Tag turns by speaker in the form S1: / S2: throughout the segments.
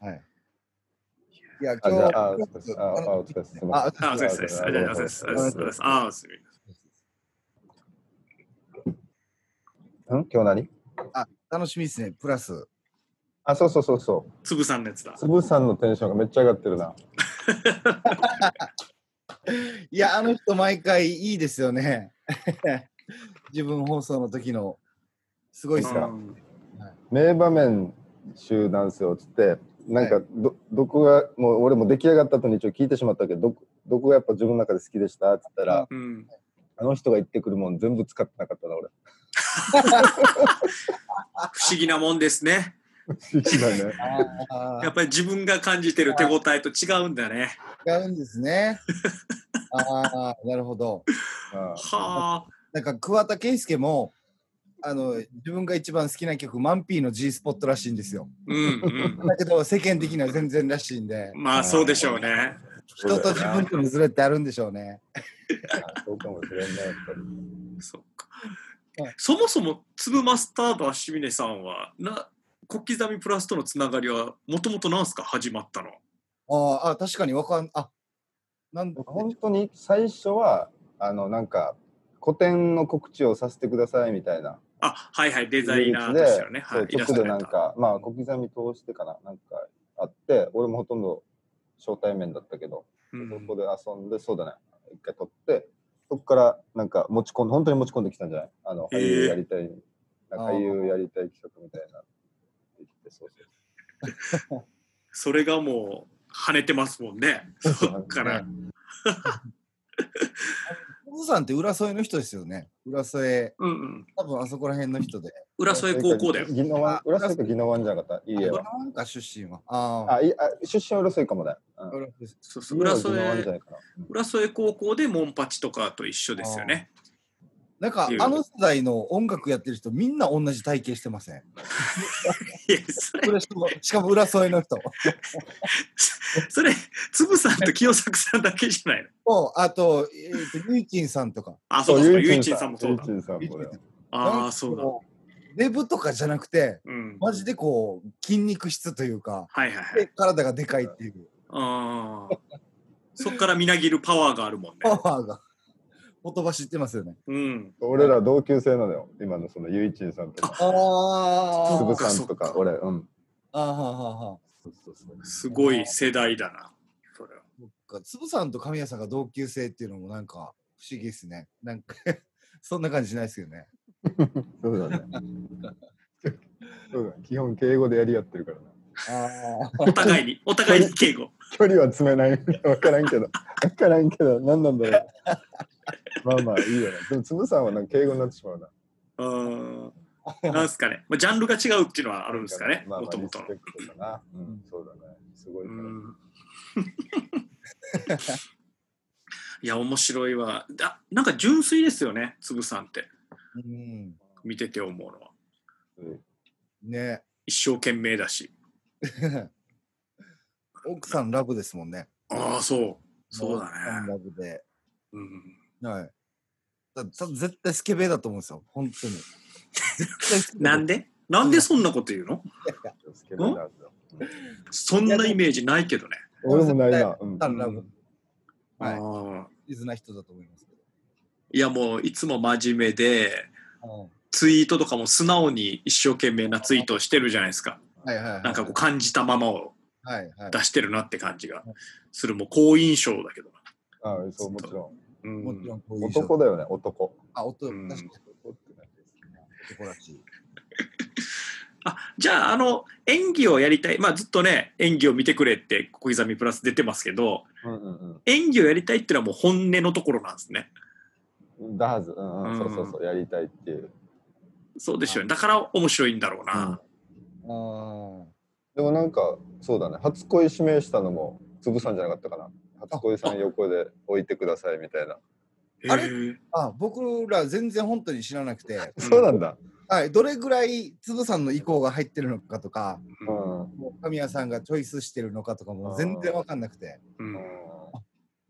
S1: はい。いや、
S2: あ、じ
S1: 今
S2: ゃ
S1: 日、
S2: あ、あ、そうです。あ、あ、そうです。すみません
S1: あ、
S3: あ、そうです、そうです。あ、じゃあ、そうです、そうです。そうですあ、すみま
S2: ん今日何
S1: 楽しみですね、プラス。
S2: あ、そうそうそうそ
S3: せん。つぶさんのやつだ
S2: う。。つぶさんのテンションがめっちゃ上がってるな。
S1: いや、あの人、毎回いいですよね。 自分放送の時の、すごいっす
S2: か
S1: よ。
S3: うん
S2: 名場面集団生をつって、なんかど、どこが、もう俺も出来上がった後に一応聞いてしまったけど、どこ、どこがやっぱ自分の中で好きでしたって言ったら、
S3: うん。
S2: あの人が言ってくるもん全部使ってなかっ たな、俺。
S3: 不思議なもんですね。
S2: 不思議だね。
S1: あ
S3: や
S1: ー
S3: っぱり自分が感じてる手応えと違うんだね。
S1: 違うんですね。ああ、なるほど。
S2: あ
S3: はあ。
S1: なんか、桑田佳祐も、あの、自分が一番好きな曲、マンピーの G スポットらしいんですよ。
S3: うんうん。
S1: だけど、世間的には全然らしいんで、
S3: まあ、そうでしょうね。
S1: 人と自分とのズレってあるんでしょうね。
S2: あそうかもしれない、やっぱり。
S3: そっか
S1: はい。
S3: そもそも、つぶマスターバーしみねさんは、な、小刻みプラスとのつながりは、もともとなんすか、始まったの。
S1: あーあ、確かにわかん、あ、なん
S2: 本当に最初はあのなんか個展の告知をさせてくださいみたいな
S3: あ、はいはい、デ
S2: デ
S3: ザイナーですよね。
S2: そ
S3: は
S2: う
S3: い、イラスト
S2: 直
S3: レ
S2: でなん
S3: ーター。
S2: かまあ小刻み通してかななんかあって俺もほとんど初対面だったけど、
S3: うん
S2: そこで遊んでそうだね一回撮ってそこからなんか持ち込んで本当に持ち込んできたんじゃないあの
S3: へ
S2: 俳
S3: え
S2: 優やりたい、なんか
S1: あー
S2: 俳優やりたい企画みたいなって言ってそうそう
S3: それがもう、跳ねてますもんね。そっから。
S1: お父さんって浦添の人ですよね。浦添、
S3: うんうん。
S1: 多分あそこら辺の人で。
S3: 浦添高校だよ。
S2: 宜野湾
S1: あ
S2: 浦添か宜野湾じゃなかったいいえ
S1: 浦
S2: は
S1: なんか出身は。あ
S2: あいあ出身は浦添かもだ、う
S1: あ、
S2: ん
S1: 浦添です
S3: そうそう
S2: 家は
S3: 浦
S2: 宜野湾じゃ
S3: 添
S2: ないかなうん
S3: 浦添高校でモンパチとかと一緒ですよね。
S1: なんか
S3: いいよ
S1: あの世代の音楽やってる人、みんな同じ体型してません。
S3: いや、それ、
S1: 浦添 しかも浦添の人。
S3: それ、つぶさんと清作さんだけじゃないの。
S1: と、あと、えーと、ゆいきんさんとか。
S3: あ、そうかそうか、ゆいちんさんもそうだ。
S2: ゆいちんさんもだよ。
S3: ああ、そうだ。
S1: だ。デブとかじゃなくて、
S3: うん。
S1: マジでこう、筋肉質というか、
S3: はいはいは
S1: で
S3: い。
S1: 体がでかいっていう
S3: ああ。そっからみなぎるパワーがあるもんね
S1: パ。ワーが、ほとばしってますよね。
S3: うん。
S2: 俺ら同級生なのよ。今のそのゆいちんさんとか、
S1: ああ
S2: つぶ
S1: ー
S2: さんと
S3: そっ
S2: か、
S3: か
S2: 俺、うん。
S1: あーはーはーはー
S2: そうそうそう
S3: すごい世代だな。それは
S1: そっか、つぶさんと神谷さんが同級生っていうのもなんか不思議ですね。なんか、 そんな感じしないですよね。
S2: そうだね。そうだね基本敬語でやり合ってるからな。
S1: ああ、
S3: お互いに、お互いに敬語。
S2: 距離は詰めない。わからんけど。わからんけど、何なんだろう。まあまあいいよね。でも、つぶさんはなんか敬語になってしまうな。
S3: うん。なんすかね。まあ、ジャンルが違うっていうのはあるんですかね。
S2: まあま
S3: も
S2: あ、
S3: と
S2: リ
S3: も
S2: ス
S3: との。
S2: ペクトかな。うん、そうだね。すごいから。
S3: いや面白いわだなんか純粋ですよねつぶさんって
S1: うん。
S3: 見てて思うのは
S2: うん
S1: ね。
S3: 一生懸命だし
S1: 奥さんラブですもんね。
S3: ああそうそうだ
S1: 奥さん
S3: ね、
S1: ラブで。
S3: うん、
S1: はい。だた絶対スケベだと思うんですよ。本 当に。絶対スケベ
S3: なんでなんでそんなこと言うの
S2: スケベなんだよ
S3: そんなイメージないけどね、
S2: 俺もないな。うん
S1: 奥。さんラブ。
S3: あ
S1: はい。
S3: あ
S1: 伊豆な人だと思いますけ
S3: いやもういつも真面目で
S1: ど。
S3: ツイートとかも素直に一生懸命なツイートをしてるじゃないですか
S1: うんはいはいはい。
S3: なんかこう感じたままを
S1: はいはい。
S3: 出してるなって感じがするもう好印象だけどな、
S2: ああ、そう、もちろ
S3: う
S1: もちろんこうい
S2: ん。
S1: う人
S2: 男だよね、男。
S1: あ、男、
S3: うん
S1: 確かに
S2: 男って感じですね
S1: 男らしい。
S3: あじゃああの演技をやりたい、まあ、ずっとね演技を見てくれって小刻みプラス出てますけど
S2: うんうんうん。
S3: 演技をやりたいってのはもう本音のところなんですね
S2: だはず、うんうん、
S3: うん
S2: そうそうそう、やりたいっていう。
S3: そうですよねだから面白いんだろうな、
S1: ああ。
S2: でもなんか、そうだね、初恋指名したのも、つぶさんじゃなかったかな。初恋さん横で置いてくださいみたいな。
S1: んあれ
S3: へー
S1: あ僕ら全然本当に知らなくて、
S3: ん
S2: そうなんだ。
S1: はい、どれぐらい粒さんの意向が入ってるのかとか、
S2: う
S3: うん
S2: ん。うん
S1: もう神谷さんがチョイスしてるのかとかも全然わかんなくて、
S3: うん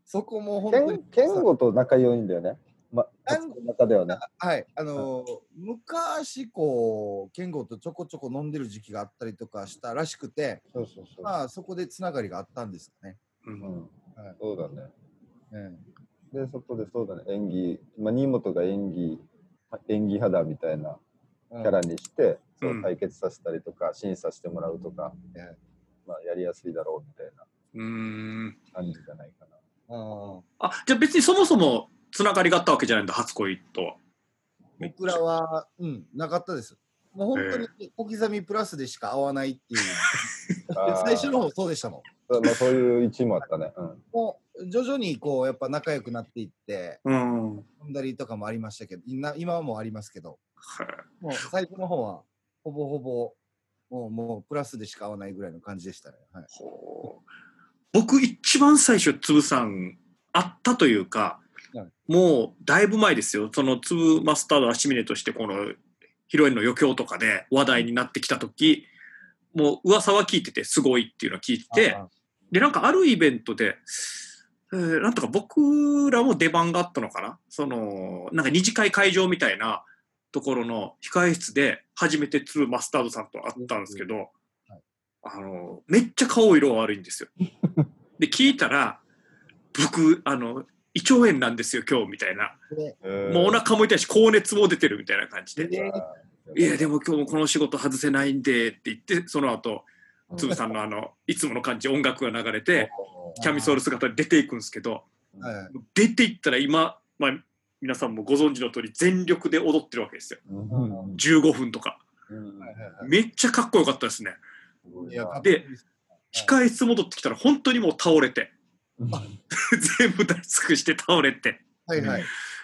S1: そこも本
S2: ケ
S1: 当に
S2: ン、ケンゴと仲良いんだよね。ま、マツコの中ではね。
S1: はい、あのー昔こう健吾とちょこちょこ飲んでる時期があったりとかしたらしくて、
S2: そうそうそう。
S1: まあそこでつながりがあったんですかね。
S3: う
S2: うんん、そうだね。
S1: うん、
S2: で、そこでそうだね、演技、まあ、新本が演技、演技派だみたいな
S1: キ
S2: キャラにして、
S3: うん
S2: そう対決させたりとか、審査してもらうとか、
S1: うん
S2: まあ、やりやすいだろうみたいな
S3: うーん
S2: 感じじゃないかな。
S1: うん、
S3: あじゃあ別にそもそもつながりがあったわけじゃないんだ初恋とは
S1: 僕らは、うん、なかったです。もう本当に小刻みプラスでしか会わないっていう。
S2: あー
S1: 最初の方そうでしたもん。
S2: そうまあ、そういう一位もあったね。うん
S1: もう徐々にこうやっぱ仲良くなっていって、
S3: うんはい
S1: 飲んだりとかもありましたけど、今今はもうありますけど、もう最初の方はほぼほぼもうもうプラスでしか会わないぐらいの感じでしたね。はい、
S3: ほう僕一番最初つぶさんあったというか、
S1: はい
S3: もうだいぶ前ですよそのつぶマスタードアシミネとしてこのヒロインの余興とかで話題になってきた時もう噂は聞いててすごいっていうのを聞いてて
S1: あ
S3: でなんかあるイベントで、えーなんとか僕らも出番があったのかなそのなんか二次会会場みたいなところの控え室で初めてツーマスタードさんと会ったんですけど、
S1: はい
S3: あのめっちゃ顔色悪いんです よ。で聞いたら僕あの胃腸炎なんですよ今日みたいな、
S1: で
S3: もうお腹も痛いし高熱も出てるみたいな感じで。
S1: で
S3: いやでも今日もこの仕事外せないんでって言ってその後つぶさんのあのいつもの感じ音楽が流れてキャミソール姿で出ていくんですけど
S1: はい
S3: 出ていったら今、まあ、皆さんもご存知の通り全力で踊ってるわけですよ
S2: うんうん
S3: 15分とか
S2: うん
S1: はいはいは
S3: めっちゃかっこよかったですね
S2: すご
S1: い。
S2: い
S1: いや、
S2: な
S3: で
S1: はい
S3: 控え室戻ってきたら本当にもう倒れて 全部出し尽くして倒れて
S1: はいはい。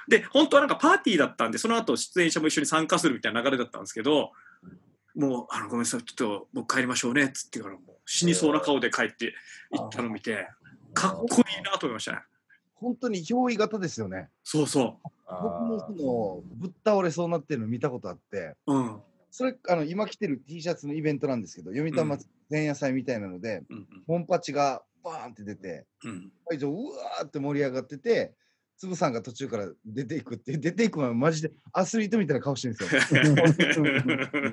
S3: で本当はなんかパーティーだったんでその後出演者も一緒に参加するみたいな流れだったんですけどもうあのごめんなさいちょっと僕帰りましょうねっつってからもう死にそうな顔で帰っていったの見てかっこいいなと思いましたね
S1: 本当に憑依型ですよね。
S3: そうそ
S2: あ
S1: 僕も
S2: ー
S1: そのぶっ倒れそうになってるの見たことあって、
S3: ううん
S1: それあの今着てる T シャツのイベントなんですけど、読谷
S3: うん
S1: 祭前夜祭みたいなので、
S3: うん
S1: モンパチがバーンって出て、
S3: うんうん
S1: 会場うわーって盛り上がってて、つぶさんが途中から出ていくっていう、出ていくのはマジでアスリートみたいな顔してるんですよ。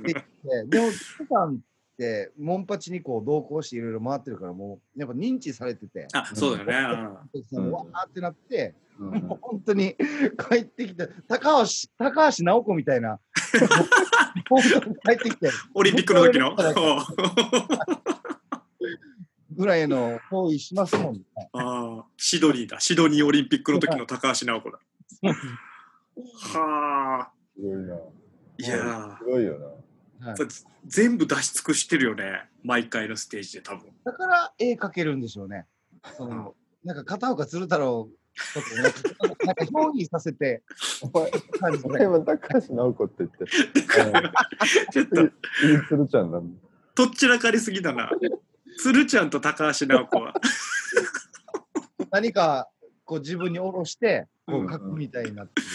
S1: 出てきてでも、つぶさんって、モンパチにこう同行していろいろ回ってるから、もうやっぱ認知されてて、
S3: あそうだよね。
S1: つぶさんがわーってなって、
S2: うん
S1: もう本当に 帰ってきた高橋高橋直子みたいな 本当に帰ってきて
S3: オリンピックの時の。
S1: ぐらいの行為しますもんね。
S3: ああシドニーだ。シドニーオリンピックの時の高橋尚子だ。はあ。
S2: すごいな。
S3: いや
S2: すごいよな。
S1: はい
S3: ー、全部出し尽くしてるよね。毎回のステージで多分。
S1: だから絵描けるんでしょうね。そのなんか片岡鶴太郎とかなんかなんか表現させて
S2: お前
S1: 感じで
S2: 今、高橋直子って言って、
S3: ちょっと、
S2: いい鶴ちゃんなんだ。
S3: とっちらかりすぎだな。鶴ちゃんと高橋尚子は。
S1: 何かこう自分に下ろしてこう
S3: うん
S1: 描くみたいになってる。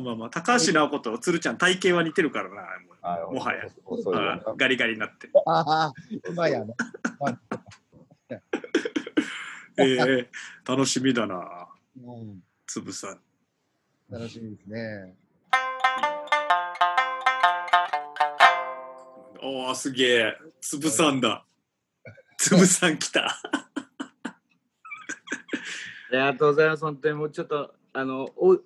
S3: まあまあ、高橋尚子と鶴ちゃん体型は似てるからな。もう
S2: あー
S3: もはや。
S2: 細いよな
S3: あーガリガリになって。
S1: ああ今やね。
S3: ええ楽しみだな。
S1: うん
S3: つぶさん。
S1: 楽しみですね。
S3: おおすげえつぶさんだつぶさん来た
S4: ありがとうございます。本当にもうちょっと、あの、お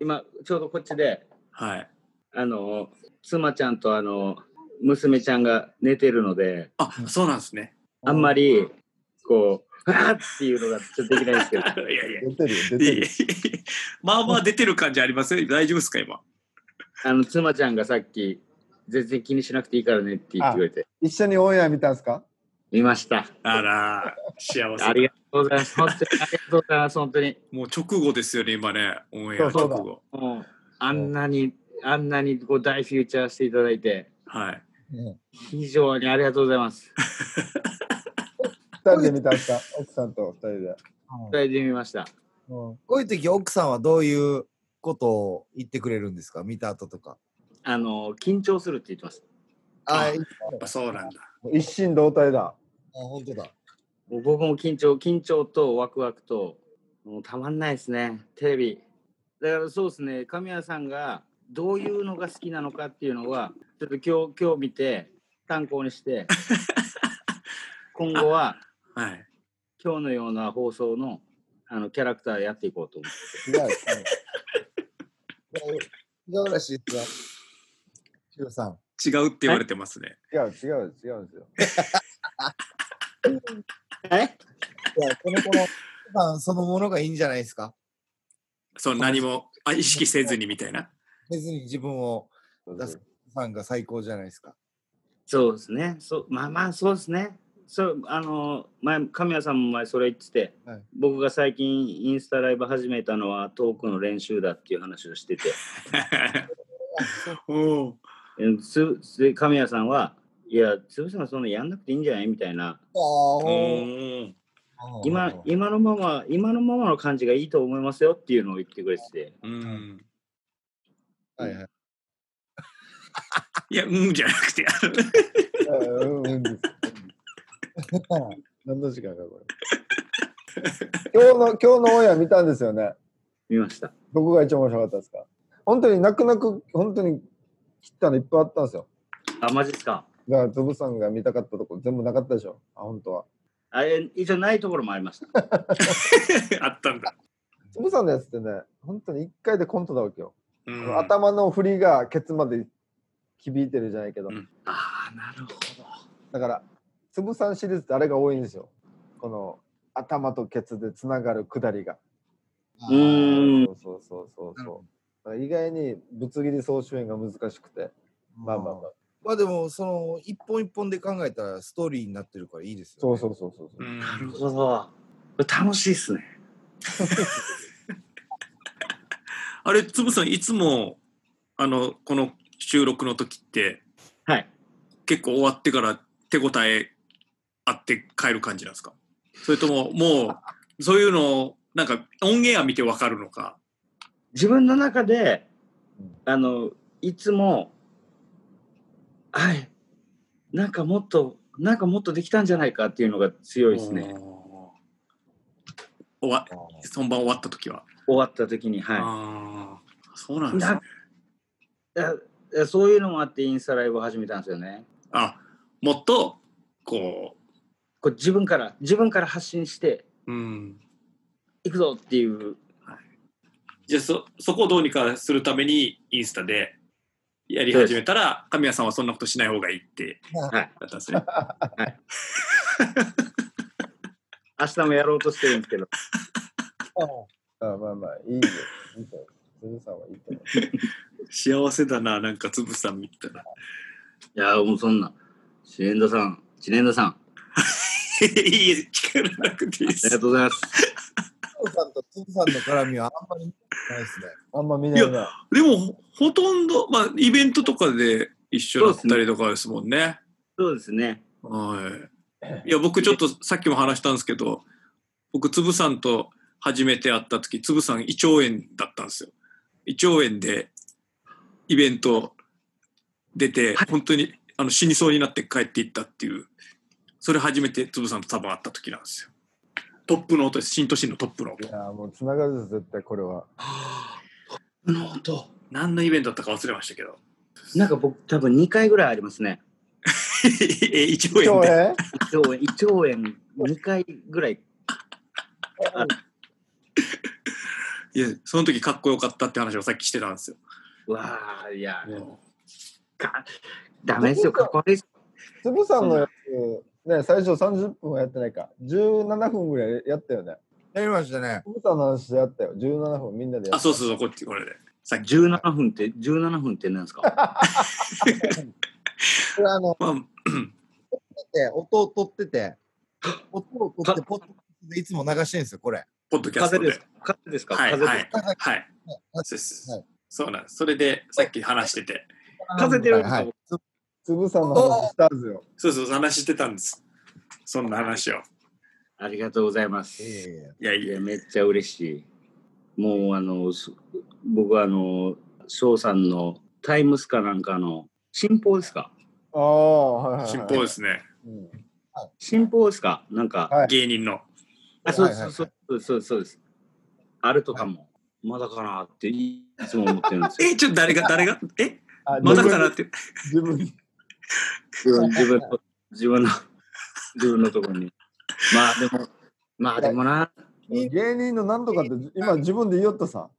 S4: 今、ちょうどこっちで、
S3: はい
S4: あの、妻ちゃんとあの、娘ちゃんが寝てるので、
S3: あそうなんですね
S4: あんま
S1: り
S4: り、こう、わーっていうのがちょっとできないんですけ
S3: い
S4: ど、
S3: やいやい
S2: 出てるよ、出
S3: や
S2: て
S3: い
S2: る
S3: や
S2: よ。
S3: まあまあ出てる感じありますよ大丈夫ですか今
S4: あの、妻ちゃんがさっき、全然気にしなくていいからねって言ってくれて、
S2: 一緒にオンエア見たんすか
S4: 見ました。
S3: あら幸
S4: あり
S3: せ
S4: がとうございます。本当に、ありがとうございます。本当に。
S3: もう直後ですよね今ねオンエア
S2: そう
S3: 直
S2: そうだ
S3: 後
S4: もう、あんなに、あんなにこう大フューチャーしていただいて、
S3: はい
S4: 非常にありがとうございます。
S2: 二人で見たんすか奥さんと二人で。
S4: それで見ました。
S1: こういう時奥さんはどういうことを言ってくれるんですか見た後とか。
S4: あの、緊張するって言ってます。
S1: あ
S3: あ
S1: いい
S3: やっぱそうなんだ
S2: もう一心同体だ。
S1: あ本当だ。
S4: もう僕も緊張緊張とワクワクともうたまんないですねテレビだからそうですね、神谷さんがどういうのが好きなのかっていうのは、ちょっと今日、今日見て、参考に して、今後は
S3: はい。
S4: 今日のような放送のあのキャラクターやっていこうと思う。
S2: 違う。
S1: 違うらしいですわ。ヒロさん。
S3: 違うって言われてますね。
S2: 違う、違う、違うんですよ。
S4: え
S1: いや、この子の、まあそのものがいいんじゃないですか。
S3: そう、何もあ意識せずにみたいな。
S1: 別に自分を
S2: そう
S1: 出
S2: そ
S1: す
S2: う
S1: ファンが最高じゃないですか。
S4: そうですね。そうまあまあそうですね。そうあの前神谷さんも前それ言ってて、
S1: はい
S4: 僕が最近インスタライブ始めたのはトークの練習だっていう話をしてて、
S3: おう
S4: えーつつ神谷さんはいや潰すのそんなやんなくていいんじゃないみたいな。
S1: ああ、
S3: おー
S4: 今今のまま今のままの感じがいいと思いますよっていうのを言ってくれてて、
S3: うん。
S1: はいはい。
S3: いや、うんじゃなくて、あの
S2: うんうんうんです何の時間か、これ。今日の、今日のオンエア見たんですよね。
S4: 見ました。
S2: どこが一番面白かったですか本当に泣く泣く、本当に切ったのいっぱいあったんですよ。
S4: あマジですか。
S2: だから、ゾブさんが見たかったとこ全部なかったでしょ。あ、本当は。
S4: あれ一応ないところもありました。
S3: あったんだ。
S2: ゾブさんのやつってね、本当に一回でコントだわけよ。
S3: うん、
S2: 頭の振りがケツまで響いてるじゃないけど。
S3: うん
S4: ああなるほど。
S2: だから、つぶさんシリーズってあれが多いんですよ。この頭とケツでつながるくだりが。
S1: あ
S4: うーん
S2: そうそうそうそう
S1: なる
S2: そ
S1: ほ
S2: う。だから意外にぶつ切り総集編が難しくて。まあまあまあ。
S1: まあでも、その、一本一本で考えたらストーリーになってるからいいですよ、ね。
S2: そうそうそうそうそうう。
S3: ん
S4: なるほど。これ楽しいっすね。
S3: あれ、つぶさん、いつも、あの、この収録の時って、
S4: はい。
S3: 結構終わってから手応えあって帰る感じなんですかそれとも、もう、そういうの、なんか、オンエア見てわかるのか。
S4: 自分の中で
S2: うん、
S4: あの、いつも、はい。なんかもっと、なんかもっとできたんじゃないかっていうのが強いですね。
S3: おー。終わ、
S2: あー
S3: 本番終わった時は。
S4: 終わった時に、はい。
S3: ああ、そうなんですね。
S4: いやいやそういうのもあってインスタライブを始めたんですよね。
S3: あ、もっと、こ
S4: こう自分から、自分から発信して
S3: う、うん。
S4: いくぞっていう。
S3: じゃあそ、そこをどうにかするために、インスタでやり始めたら、神谷さんはそんなことしない方がいいって、
S4: はい。
S3: だったんです ね。
S4: 明日もやろうとしてるんですけど。
S2: まあまあまあ、いいよ。いいと思うつぶさんはいいと思
S3: 幸せだな、なんか、つぶさんみたいな。
S4: いや、もうそんな。知念田さん、知念田さん、あ
S3: いいえ、聞かなくていいで
S4: りが
S3: す。
S4: とうございます。
S1: そうさんとつぶさんの絡みはあんまり見たことないですね。
S2: う。あんま見ないな。
S3: でも、ほとんど、まあ、イベントとかで一緒だったりとかですもんね。
S4: そうですね。
S3: はい。いや、僕ちょっとさっきも話したんですけど、僕、つぶさんと初めて会った時、つぶさん胃腸炎だったんですよ。胃腸炎でイベント出て、本当にあの死にそうになって帰っていったっていう、それ初めてつぶさんと多分会った時なんですよ。トップの音です。新都心のトップの
S2: い
S3: 音。
S2: やー、もうつながるです、絶対これは。
S4: の音。
S3: 何のイベントだったか忘れましたけど。
S4: なんか僕多分2回ぐらいありますね。
S3: え胃腸
S2: 今
S3: 炎
S2: 日
S3: で。
S2: ね、
S4: 1兆円、1兆円2回ぐらい。
S3: いや、その時かっこよかったって話をさっきしてたんですよ。
S4: うわあ、いや、
S3: も
S4: かダメですよ、かっこ悪いっす。
S2: つぶさんのやつ、ね、最初30分はやってないか。17分ぐらいやったよね。
S1: やりましたね。
S2: つぶさんの話でやったよ。17分みんなで
S3: う
S2: や
S3: あ、
S2: っ
S3: そうそうそう、こっち、これで。さっき。
S4: 17分って、17分って何ですか
S1: これあの、
S3: まあ
S1: で音を取って て、音を取って、ポッドキャストでいつも流してるんですよ、これ。
S3: ポッドキャス
S4: 風
S3: ト
S4: で
S3: で。
S4: すか風ですか
S3: はい
S4: 風で
S3: は
S4: す
S3: いはい。そうです
S1: はい
S3: そうなんです。それでさっき話してて、
S4: 風出るんです
S1: は
S4: か
S1: い。
S2: つぶさんの話したんですよ。
S3: そうそう話してたんです。そんな話を。
S4: ありがとうございます。
S1: え
S4: い
S1: え
S3: いやいや
S4: や、。めっちゃ嬉しい。もう、あの、す僕は、あの、翔さんのタイムスかなんかの、新報ですか
S2: ああ、はいはい、はい。
S3: 新報ですね。
S2: うん
S4: 新報ですかなんか、
S2: はい
S3: 芸人の。
S4: あ、そう
S1: はいはい
S4: そ
S1: は
S4: う
S1: い
S4: そうそうそうです。あるとかも。まだかなっていつも思ってるん ですよ。
S3: え、ちょっと誰 が、誰が、え、
S2: あ
S3: まだかなって。
S2: 自分に
S4: 自分自分の自分の自分のところに。まあでもまあでもな。
S2: 自分に芸人の何とかって今自分で言おったさ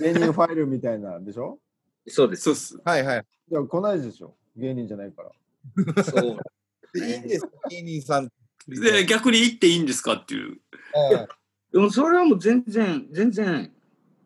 S2: 芸人ファイルみたいなでしょ
S4: そうです。
S3: そうっす。
S1: はいはい。
S2: いや来ないでしょ芸人じゃないから
S4: そう
S1: でいいんです、芸人さん。
S3: で、逆に行っていいんですかっていう。
S1: うん
S4: でもそれはもう全然全然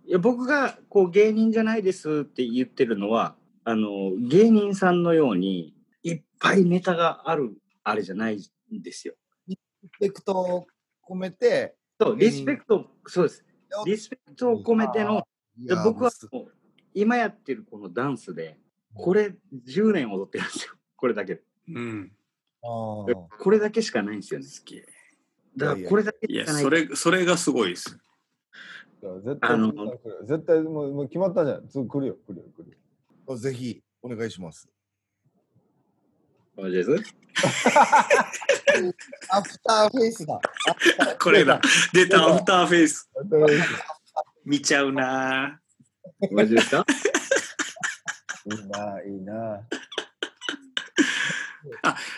S4: いや僕がこう芸人じゃないですって言ってるのはあの芸人さんのようにいっぱいネタがあるあれじゃないんですよ。
S1: リスペクトを込めて、
S4: そうリスペクトそうです
S1: よ
S4: リスペクトを込めての
S1: い
S4: で
S1: や
S4: 僕は
S1: も
S4: もう今やってるこのダンスでこれ10年踊ってるんですよ これだけで
S3: うん。
S1: うあー
S4: これだけしかないんですよね
S3: 好き。
S4: だからこれだけ
S3: い
S4: し
S3: や、
S4: かない
S3: それ、それがすごいです。
S2: いや絶対
S4: あの
S2: 来る絶対もうもう決まったじゃんすぐ来るよ来るよ来るよ
S1: ぜひお願いします。
S4: 同じです
S1: アフターフェイスだ。
S3: これだ。出た、アフターフェイス。
S2: 絶対来る
S3: 見ちゃうな
S4: 同じですか
S2: いいな、いいな。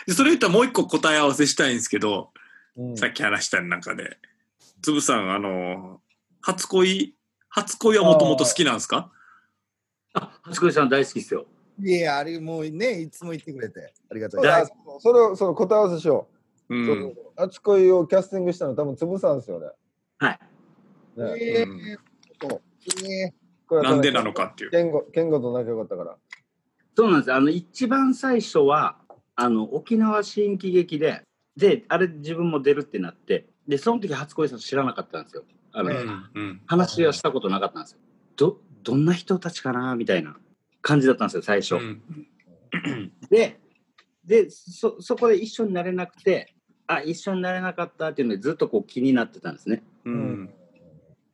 S3: ぁそれ言ったらもう一個答え合わせしたいんですけど、
S2: うん
S3: さっき話した中で。つぶさん、あの、初恋、初恋はもともと好きなんですか
S4: あ初恋さん大好きですよ
S1: いや、あれもうね、いつも言ってくれて、ありがと
S2: そうう
S1: ございま
S2: だ
S1: す。
S2: それを、その答え合わせしよ
S3: う
S2: う。
S3: ん。
S2: あつこいをキャスティングしたの、多分つぶさんですよね。
S4: はい
S2: ね
S1: え
S3: うん
S1: ーそうえ
S2: これは
S3: なんでなの。かっていう。
S2: 健吾、健吾と仲良かったから。
S4: そうなんですあの一番最初はあの沖縄新喜劇でであれ自分も出るってなってでその時初恋さん知らなかったんですよあ
S3: う
S4: の、
S3: ん。うん。
S4: 話はしたことなかったんですよどどんな人たちかなみたいな感じだったんですよ最初、
S3: うん
S4: ででそそこで一緒になれなくてあ一緒になれなかったっていうのでずっとこう気になってたんですね
S3: うん。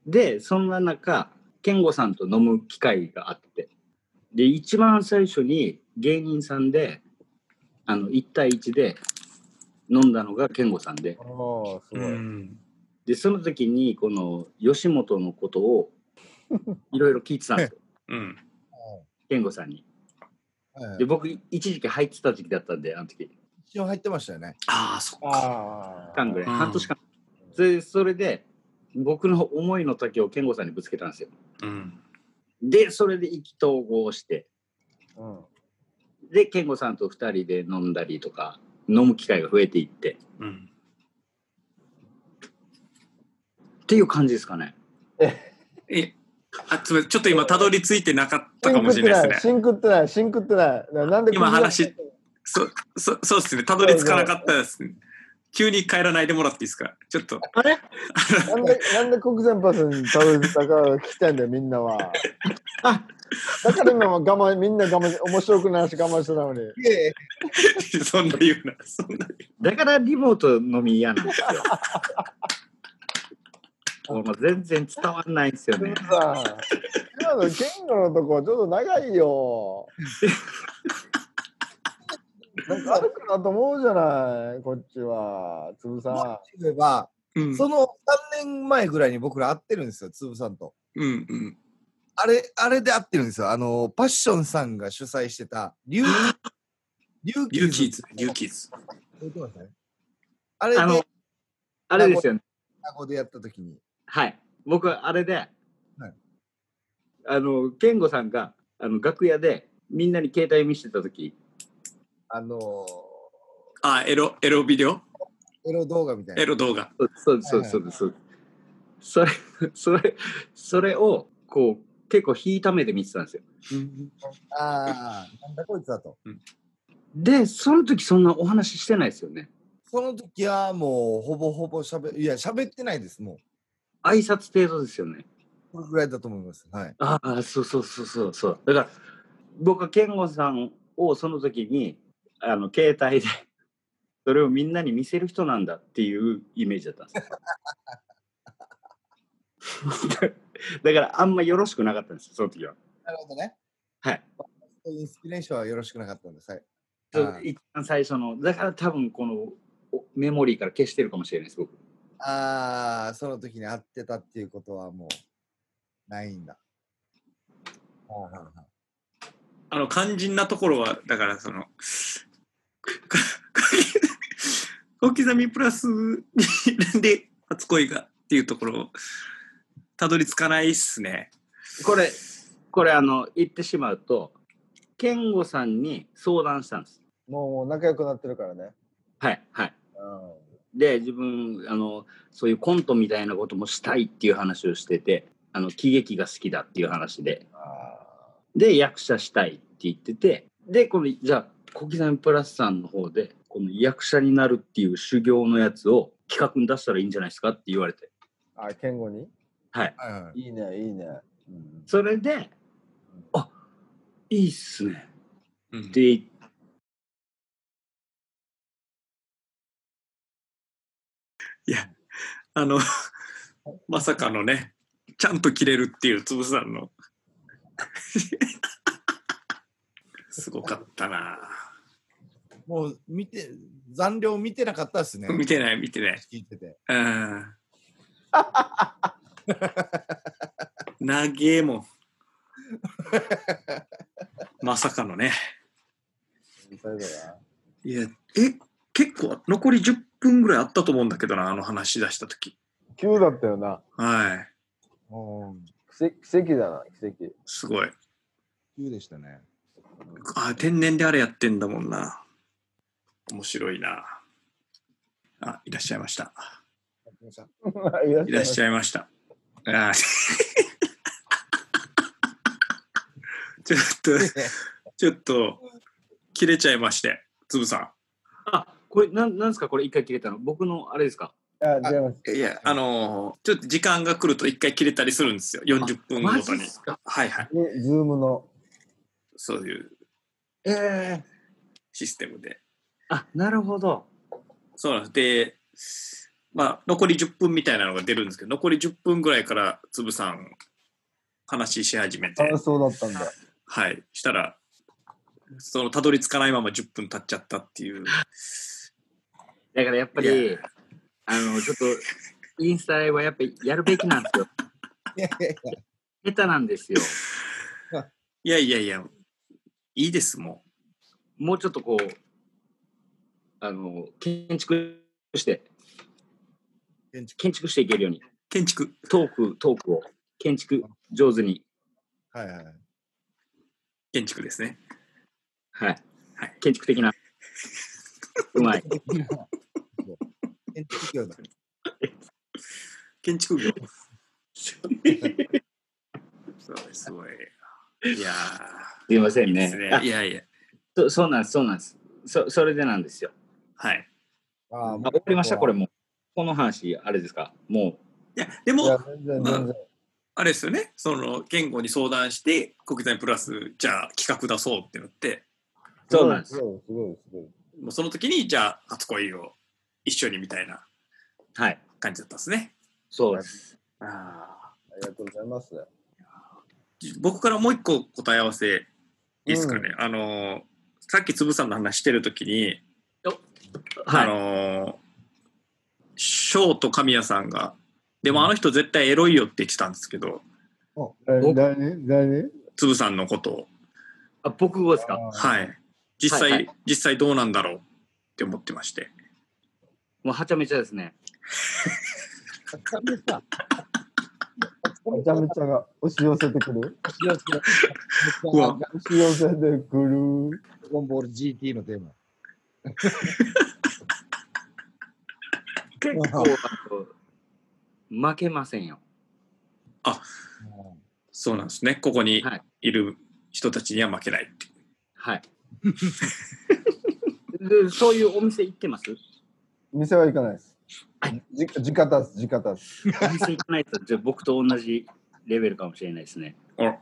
S4: でそんな中健吾さんと飲む機会があってで一番最初に芸人さんであの1対1で飲んだのが健吾さんで
S2: ああ、す
S3: う
S2: ごい。
S3: ん。
S4: でその時にこの吉本のことをいろいろ聞いてたんですよ
S3: うん。
S4: 健吾さんに。
S1: ーはい
S4: で僕一時期入ってた時期だったんであの時
S1: 一応入ってましたよね。
S3: ああ、そっか。
S2: ああ。
S4: 間ぐらい、
S3: うん
S4: 半年間それそれで僕の思いの丈を健吾さんにぶつけたんですよ
S3: うん。
S4: でそれで意気投合して
S2: うん。
S4: で健吾さんと2人で飲んだりとか飲む機会が増えていって
S3: うん。
S4: っていう感じですかね
S3: え、あ、つまりちょっと今、たどり着いてなかったかもしれないですね。
S2: シンクってない、シンクってない。ななんで
S3: 今話
S2: こんな
S3: そ、そ、そうですね。たどり着かなかったですね。急に帰らないでもらっていいですかちょっと。
S4: あれ
S2: なんで、なんで国前パスにたどり着いたか聞きたいんだよ、みんなは。だから今は我慢、みんな我慢、面白くないし我慢してたのに。
S1: いえいえ
S3: そんな言うな。そんな
S4: だからリモート飲み嫌な んですよもう全然伝わんないんですよ
S2: で
S4: ね
S2: もさ、今の言語のとこちょっと長いよ。なんかあるかなと思うじゃない、こっちは。つぶさ
S1: 例えば、
S3: うん。
S1: その3年前ぐらいに僕ら会ってるんですよ、つぶさんと。
S3: うんうん。
S1: あれ、あれで会ってるんですよ。あの、パッションさんが主催してた、リュウ、リュウキ
S3: リューキーズ、リューキーズ。
S1: 覚えてますねあれで、
S4: あのあれですよね
S1: 名護でやった時に。
S4: はい僕はあれで、
S1: はい
S4: あの健吾さんがあの楽屋でみんなに携帯見せてた時
S1: あの
S3: あ、エロ、エロビデオ
S1: ー、エロ動画みたいな。
S3: エロ動画。
S4: そうですそうですそうですそうですそうですそれそれそれをこう結構引いた目で見てたんですよ
S1: ああ、なんだこいつだと。
S4: でその時そんなお話ししてないですよね
S1: その時はもうほぼほぼしゃべいや喋ってないですもう
S4: 挨拶程度ですよね
S1: これぐらいだと思いますはい
S4: ああそうそうそうそうそうだから僕は健吾さんをその時にあの携帯で それをみんなに見せる人なんだっていうイメージだったんですよ だからあんまよろしくなかったんですよその時は
S1: なるほどね
S4: はい
S1: インスピレーションはよろしくなかったんですはい
S4: そう一番最初のだから多分このおメモリーから消してるかもしれないです僕
S1: ああその時に会ってたっていうことはもうないんだ。はいはいはい
S3: あの肝心なところはだからそのか か小刻みプラスにで初恋がっていうところたどり着かないっすね。
S4: これこれあの言ってしまうと健吾さんに相談したんです
S2: もうもう仲良くなってるからね。
S4: はいはい
S2: うん
S4: で自分あのそういうコントみたいなこともしたいっていう話をしててあの喜劇が好きだっていう話で
S2: あ
S4: で役者したいって言っててでこのじゃあ小刻みプラスさんの方でこの役者になるっていう修行のやつを企画に出したらいいんじゃないですかって言われて
S2: ーあ、健吾に
S4: はい
S1: はいはい。
S2: いいね、いいね。うん
S4: それで「あいいっすね」
S3: うん
S4: って言って
S3: あのまさかのねちゃんと切れるっていうつぶさんのすごかったな
S1: もう見て、残量見てなかったですね。
S3: 見てない見てない
S1: 聞いてて。
S3: うん。なげえもん。まさかのね。
S2: それではい
S3: や、え、結構残り10分ぐらいあったと思うんだけどな、あの話し出した時。
S2: 急だったよな。
S3: はい。
S1: うん。
S2: 奇跡奇跡だな、奇跡。
S3: すごい。
S1: 急でしたね。
S3: あ、天然であれやってんだもんな。面白いな。あ、いらっしゃいました。
S2: いらっ
S3: いらっ
S2: しゃい
S3: しゃいました。あ ーちょっと。ちょっと、切れちゃいまして、つぶさ
S4: あこれなんなんですかこれ一回切れたの僕のあれですか
S2: あ違います。
S3: ん。いや、あのーちょっと時間が来ると一回切れたりするんですよ、40分ごと
S4: マジっ
S3: に。
S4: すか
S3: はいはい。
S2: にズームの。
S3: そういう
S1: ええ
S3: システムで。
S4: あなるほど
S3: そうなんです。で、まあ、残り10分みたいなのが出るんですけど、残り10分ぐらいからつぶさん、話し始めて、
S2: 感想だったんだ。
S3: はい。したら、その、たどり着かないまま10分経っちゃったっていう。
S4: だからやっぱ
S3: い
S4: りあのちょっとインスタはやっぱりやるべきなんですよ
S1: いやいやいや
S4: 下手なんですよ
S3: いやいやいや、いいです、も
S4: もうちょっとこうあの建築して
S1: 建築
S4: 建築していけるよう
S3: う。
S4: に
S3: 建築。
S4: トークトークを建築上手に
S1: はいはい。
S3: 建築ですね。
S4: はい、
S3: はい
S4: 建築的なうまい
S1: 建築業だ。
S3: 建築業。そうすごい。いや
S4: すいませ
S3: ー、い
S4: ん
S3: いで
S4: ね
S3: す
S4: あ
S3: ね。いやいや、
S4: そそうなんですそうなんですそそれでなんですよ
S3: はい。
S1: ああ、
S4: あ終わりましたこれ。もうこの話あれですかも
S3: いや、で
S2: いや、
S3: も、
S2: 全然全然。
S3: あれですよね、その、言語に相談して、国際プラス、じゃあ企画出そうってなって、
S4: うそうなんです
S2: すごい。すごい、すごい。
S3: もうその時に、じゃあ、初恋を一緒にみたいな
S4: はい
S3: 感じだったんですね。
S4: そうです
S3: あ
S2: ありがとうございます。
S3: 僕からもう一個答え合わせ、いいですかね。あのー、さっきつぶさんの話してる時に、
S4: は
S3: あ
S4: い
S3: のーショーと神谷さんが、でもあの人絶対エロいよって言ってたんですけど、
S2: え何何。
S3: つぶさんのことを。
S4: あ僕語ですか
S3: はいい。実際、
S4: はいは
S3: 実際どうなんだろうって思ってまして。
S4: もうはちゃめちゃですね。
S2: めちゃめちゃが押し寄せてくる。
S3: うわ
S2: 押し寄せてくる。
S1: ドラゴンボール GT のテーマ。
S4: 結構あの負けませんよ。
S3: そうなんですね。ここに
S4: はい
S3: いる人たちには負けないって。
S4: はい。 でそういうお店行ってます
S2: 店は行かないです。
S4: はい
S2: じ、じかたす、じかたす。
S4: お店行かないとじゃあ僕と同じレベルかもしれないですね。
S3: あら、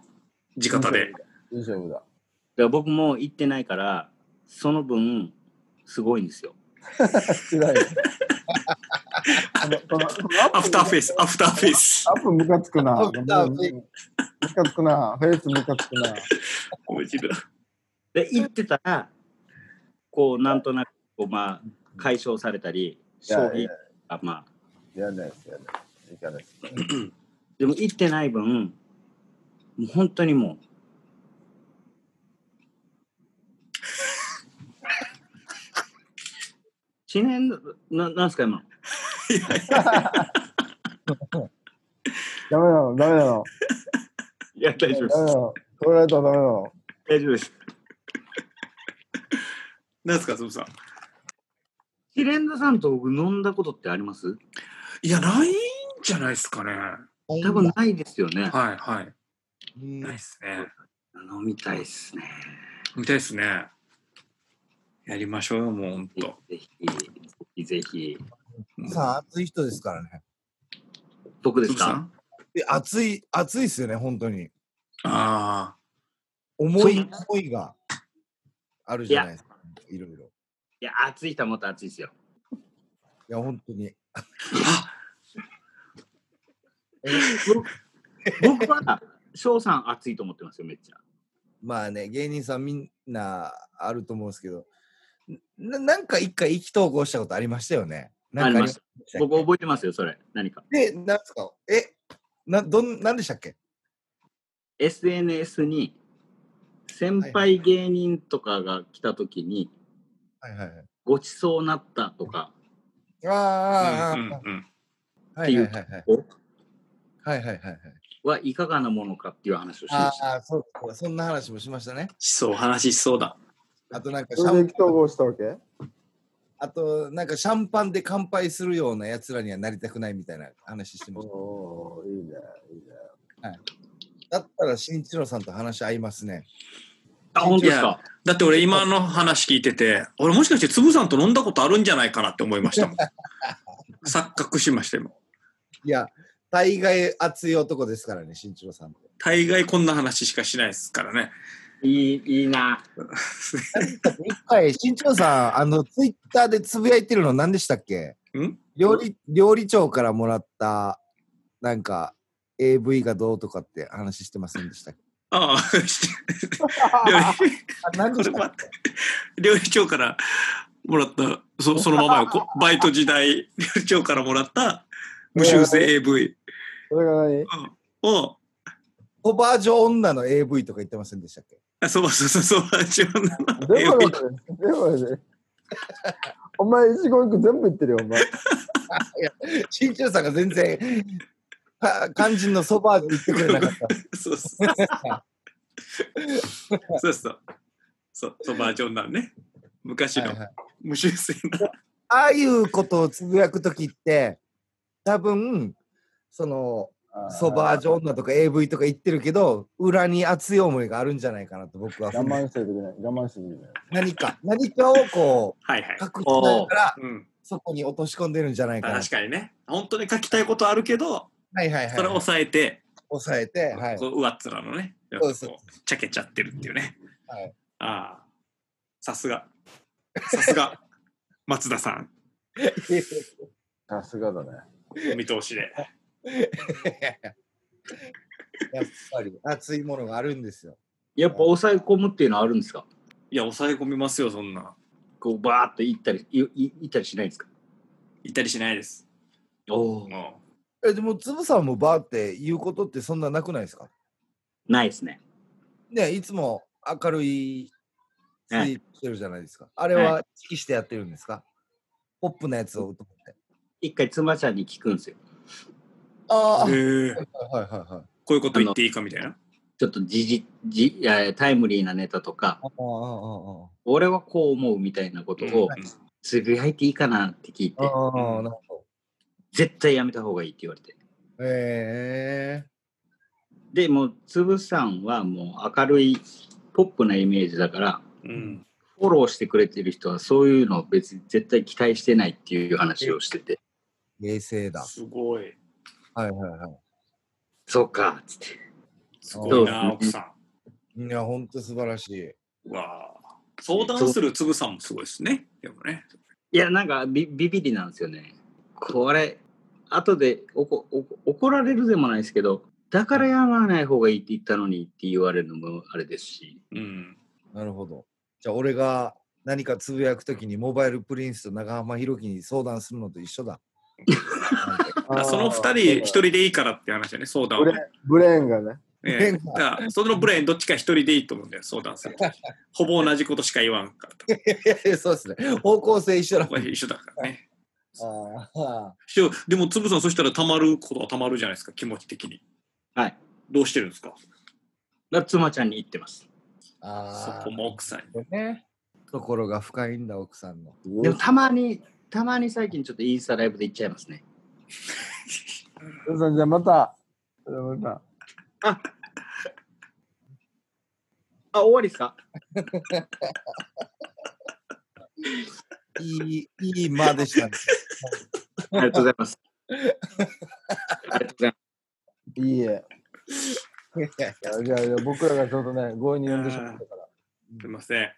S3: 地方で。。
S2: いい勝負だ。
S4: だから僕も行ってないからその分すごいんですよ。
S2: 辛い。あのこのこのアップ
S3: アフターフェイス、アフターフェイス。
S2: アップムカつくな。
S1: アフターフェイス
S2: ムカつくな。フェイスムカつくな。
S3: 面白い
S4: で行ってたらこうなんとなくこう、まあ、解消されたり
S2: いや
S4: 将
S2: い
S4: 棋
S2: や
S4: あまあ
S2: やんないです。やんないです。いかないです。
S4: でも行ってない分もう本当にもう。知念の、ななんすか今の。
S3: いやいや
S2: ダメなの、ダメなの。
S4: いや、
S2: ダ
S4: 大
S2: メ
S4: 丈夫で
S2: な
S4: す。
S2: の。取られたらダメなの。
S4: 大丈夫です。
S3: なんですか、つぶさん。
S4: 知念田さんと僕飲んだことってあります
S3: いや、ないんじゃないですかね。
S4: 多分ないですよね。
S3: はいはい。
S1: うん
S3: ないですね。
S4: 飲みたいですね。
S3: 見たいですね。やりましょうよ、もう本
S4: ぜ
S3: 当。
S4: ひ、ぜひ、ぜひ。
S1: さあ、熱い人ですからね。
S4: 僕で
S3: つ
S4: す
S3: ぶさん。
S4: か
S3: あ
S1: で熱い、熱いですよね、本当に。
S3: あ
S1: 思い
S4: そう、
S1: 思いがあるじゃないですか。いろいろ。
S4: いや、暑い人はもっと暑いですよ。
S1: いや、本当に。
S3: ー。あ、
S4: 僕は、翔さん暑いと思ってますよ、めっちゃ。
S1: まあね、芸人さんみんなあると思うんですけど、ななんか一回意気投合したことありましたよね。なんか
S4: ありました
S1: ありま
S4: 僕
S1: したっ
S4: 覚えてますよ、それ。何か。
S1: けで、なんですか、え、な、どん、なんでしたっけ
S4: SNS に、先輩芸人とかが来た時に、
S1: はいはいはい。
S4: ごちそうなったとか、
S1: あ
S3: う
S1: ー
S3: ん
S1: あ
S3: うん
S1: ー、はいはいはいはい。
S4: お
S1: はいはいはいはい。
S4: はいかがなものかっていう話をしま
S1: あ
S4: した。
S1: あ、そうか、そんな話もしましたね。
S3: しそう、話しそうだ。
S1: あとなんかシ
S2: それ
S1: ャン
S2: で、統合したわけ
S1: あとなんかシャンパンで乾杯するようなやつらにはなりたくないみたいな話してまし
S2: おー、いいね、いいね。
S1: た。だったら、新一郎さんと話合いますね。
S4: あ、本当ですか
S3: だって俺今の話聞いてて、俺もしかしてつぶさんと飲んだことあるんじゃないかなって思いま したもん。錯覚しましたよ。
S1: いや、大概熱い男ですからね、新一郎さんって。
S3: 大概こんな話しかしないですからね。
S4: いい、いいな。
S1: 一回、新潮さん、あの、ツイッターでつぶやいてるの何でしたっけ
S3: ん
S1: 料理、料理長からもらった、なんか、AV がどうとかって話してませんでしたっけ
S3: ああ、料 理
S1: あ、何
S3: こ
S1: で
S3: れ
S1: したっ
S3: 待って料理長からもらった、そそのままよこバイト時代、料理長からもらった無修正 AV
S2: それが何
S3: を、
S1: けオバージョ女の AV とか言ってませんでしたっけ
S3: あそうそうそうそう、自分の
S2: デ
S3: AV
S2: モだね。デモだね。お前、一言一句全部言ってるよ、お前。
S1: 新潮さんが全然、か肝心のソバージョ言ってくれなかった。
S3: そう そうそう。そうそう。そう、そうバージョンなんね。昔
S1: は
S3: の
S1: いはい
S3: 無修正な。
S1: ああいうことをつぶやくときって、多分、その、ソバージョ女とか AV とか言ってるけど、裏に熱い思いがあるんじゃないかなと僕は
S2: 我慢してるときない。我慢してるときない。
S1: 何か、何かをこ、。
S3: はいはいう
S1: 隠しながら、
S3: うん、
S1: そこに落とし込んでるんじゃないかな。
S3: 確かにね。本当に書きたいことあるけど、
S1: はいはいはい。
S3: それを抑えて、
S1: 抑えて、はい。
S3: こう上っ面のね、
S1: うです
S3: こうちゃけちゃってるっていうね。
S1: はい
S3: ああ、さすが。さすが。 松田さん、
S2: さすがだね。
S3: お見通しで。
S1: やっぱり熱いものがあるんですよ。
S4: やっぱ抑え込むっていうのはあるんですか
S3: いや、抑え込みますよ、そんな。
S4: こう、バーって行ったり、いい行ったりしないんですか
S3: 行ったりしないです。
S4: おお。
S3: もう
S1: え、でも、つぶさんもバーって言うことってそんななくないですか
S4: ないですね。
S1: ね、いつも明るいツイートしてるじゃないですか。あれ
S4: は
S1: は意識してやってるんですかポップなやつをと思って。
S4: 一回妻ちゃんに聞くんですよ。
S1: ああ、はい
S3: へえ
S1: はいはいはい。
S3: こういうこと言っていいかみたいな。
S4: ちょっと時事じ、えータイムリーなネタとか、
S1: ああ、ああ、ああ。
S4: 俺はこう思うみたいなことを
S3: うん
S4: つぶやいていいかなって聞いて、
S1: あ
S3: う
S1: あ、
S3: ん
S1: なるほ
S4: 絶対やめた方がいいって言われて。
S1: ど。へえ
S4: でもう、つぶさんはもう明るいポップなイメージだから、
S3: うん
S4: フォローしてくれてる人はそういうのを別に絶対期待してないっていう話をしてて、
S1: 冷静だ。
S3: すごい。
S1: はいはいは
S4: そうか、っつって。
S3: すごいな、
S4: そうで
S3: 奥
S4: す
S3: さん。
S1: い。いや、ほんと素晴らしい。
S3: うわあ相談するつぶさんもすごいですね。でもね。
S4: いや、なんかビビビりなんですよね。これ、後でおこおこ怒られるでもないですけど、だからやらない方がいいって言ったのにって言われるのもあれですし、
S3: うん。
S1: なるほど。じゃあ、俺が何かつぶやくときに、モバイルプリンスと長浜弘樹に相談するのと一緒だ。
S3: あその二人、一人でいいからって話だね、相談
S2: ブ
S3: は
S2: レ
S3: ね。
S2: ブレーンがね。
S3: ええだからそのブレーンどっちか一人でいいと思うんだよ、相談するとき。 ほぼ同じことしか言わんからとか。
S1: そうですね。方向性一緒だ
S3: こ。れ一緒だから ね。
S1: ああ
S3: 一緒でも、つぶさん、そしたらたまることはたまるじゃないですか、気持ち的に。
S4: はい。
S3: どうしてるんですか
S4: が妻ちゃんに言ってます。
S3: そ
S1: あ
S3: こも奥さんに。
S1: あ。ね。ところが深いんだ、奥さんの。
S4: でもたまに、たまに最近ちょっとインスタライブで行っちゃいますね。
S2: うさんじゃあまた。じゃあまた。
S4: あ、終わりですか
S1: いい、いい間でしたね。
S4: ありがとうございます。ありがとうございま
S2: いいえ。いやいやいや僕らがちょっとね、強引に呼んでしまったから。
S3: すいません。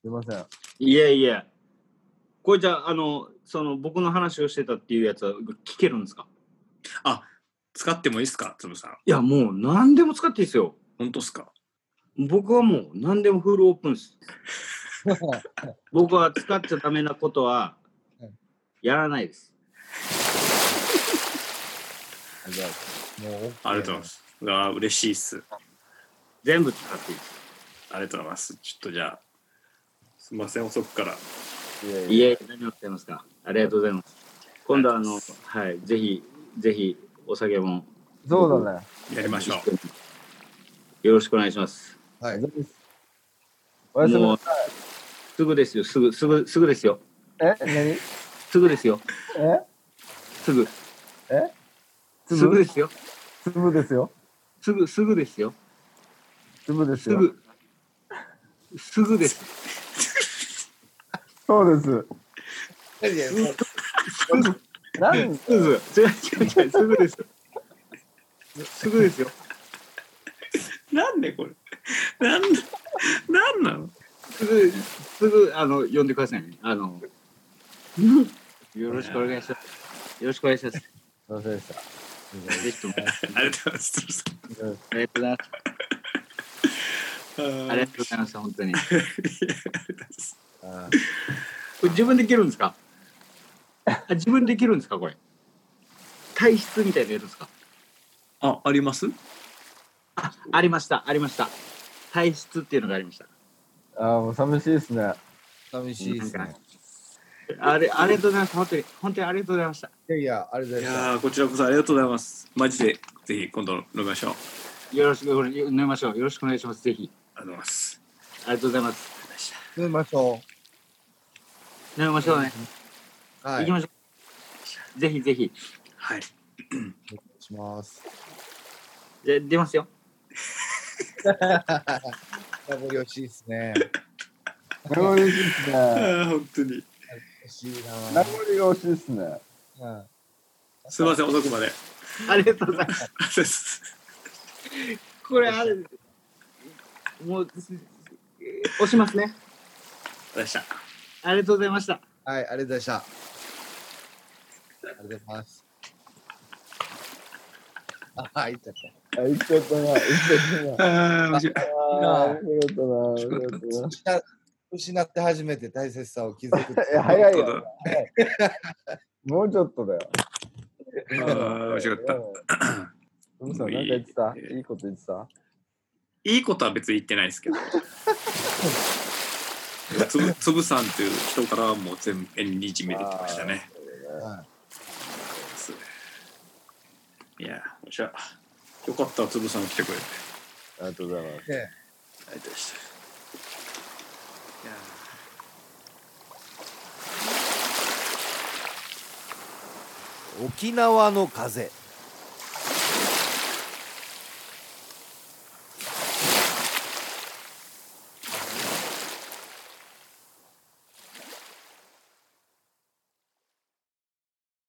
S2: すいません。
S4: す。いやいや。これじゃあ、あの、その僕の話をしてたっていうやつは聞けるんですか
S3: 使ってもいいですか、つぶさん。
S4: いや、もう何でも使っていいですよ。
S3: 本当っすか
S4: 僕はもう何でもフルオープンです。僕は使っちゃダメなことはやらないです。
S1: じゃあもう、OK
S3: ありがとうございます。うわー嬉しいっす。
S4: 全部使っていいです。
S3: ありがとうございます。ちょっとじゃあ、すいません、遅くから。
S2: いやいや
S4: いえいえ、何をおっしゃいますか。ありがとうございます。今度はあの、はい、ぜひ、ぜひ、お酒も
S2: そうだね。
S3: やりましょう。
S4: よろしくお願いします。
S1: はい。
S2: おやすみ
S4: も
S2: な
S4: う、すぐですよ、すぐ、すぐ、すぐですよ。
S2: え何え
S4: すぐですよ、すぐ、
S2: え
S4: すぐ
S2: 粒
S4: ですよ。
S2: 粒ですよ。
S4: すぐ、すぐですよ。
S2: 粒です
S4: す
S2: よ。
S4: ぐ、すぐです。
S2: そうです。
S1: いやいや
S2: なん
S4: すぐ、違う違う違う、すぐです。すぐですよ。
S3: なんでこれ なんだなんなの
S4: すぐ、すぐ、あの、呼んでくださいね。あの、よろしくお願いします。よろしくお願いします。ぜ
S2: すいませんでした。
S4: ひとも。
S3: ありがとうございます。つぶさん
S4: ありがとうございます。
S3: あー
S4: ありがとうございました、本当に。こ
S1: あ
S4: れ自分で切るんですかあ自分で切るんですかこれ。体質みたいなやつですか
S3: あ、あります
S4: あ、ありました、ありました。体質っていうのがありました。
S2: ああ、もう寂しいですね。
S1: 寂しいですね。
S4: あれ、ありがとうございます。本当に、本当にありがとうございました。
S1: いやいや、あ
S3: い
S1: りがとうございま
S3: やーこちらこそありがとうございます。マジで、ぜひ今度飲みましょう。
S4: よろしく、これ飲みましょう。よろしくお願いします。ぜひ。
S3: ありがとうございます。
S4: ありがとうございます。
S1: す。飲みましょ
S4: 飲みましょうね。
S1: う。はい。
S4: 行きましょう。ぜひぜひ。
S3: はい。
S1: お願いします。
S4: じゃあ出ますよ。
S1: 名残惜しいですね。
S2: 名残惜しいです
S3: あ
S2: ね。
S3: ー本当に。
S1: 惜しい
S2: 名
S1: な
S2: 残惜しいですね。
S1: ぁ。
S3: すみません、遅くまで。 あり
S4: ありがとうございます。
S3: がとうございます
S4: これ、あれ、もう、押しますね。
S3: ありがとうございました。
S4: ありがとうございました。
S1: うんはい、ありがとうございました。ありがとうございます。あ、入っちゃっ
S2: あ、行っちゃったな。行っちゃったな。
S3: あー面白い
S2: ああ、面白かったな。面白かった
S1: た
S2: な。
S1: 失。失って初めて大切さを気づく。
S2: え、早い
S3: 本
S2: よ。もうちょっとだよ。
S3: 当だあー面白かった。
S2: た。うさん、なんか言ってたいいこと言ってた
S3: いいことは別に言ってないですけど。つぶつぶさんという人からはもう全面にじめてきましたね。
S1: は
S3: そういや、おしゃ。よかった、つぶさん来てくれて。
S2: ありがとうございます。
S1: いで
S3: ありがとうございました。いや
S5: 沖縄の風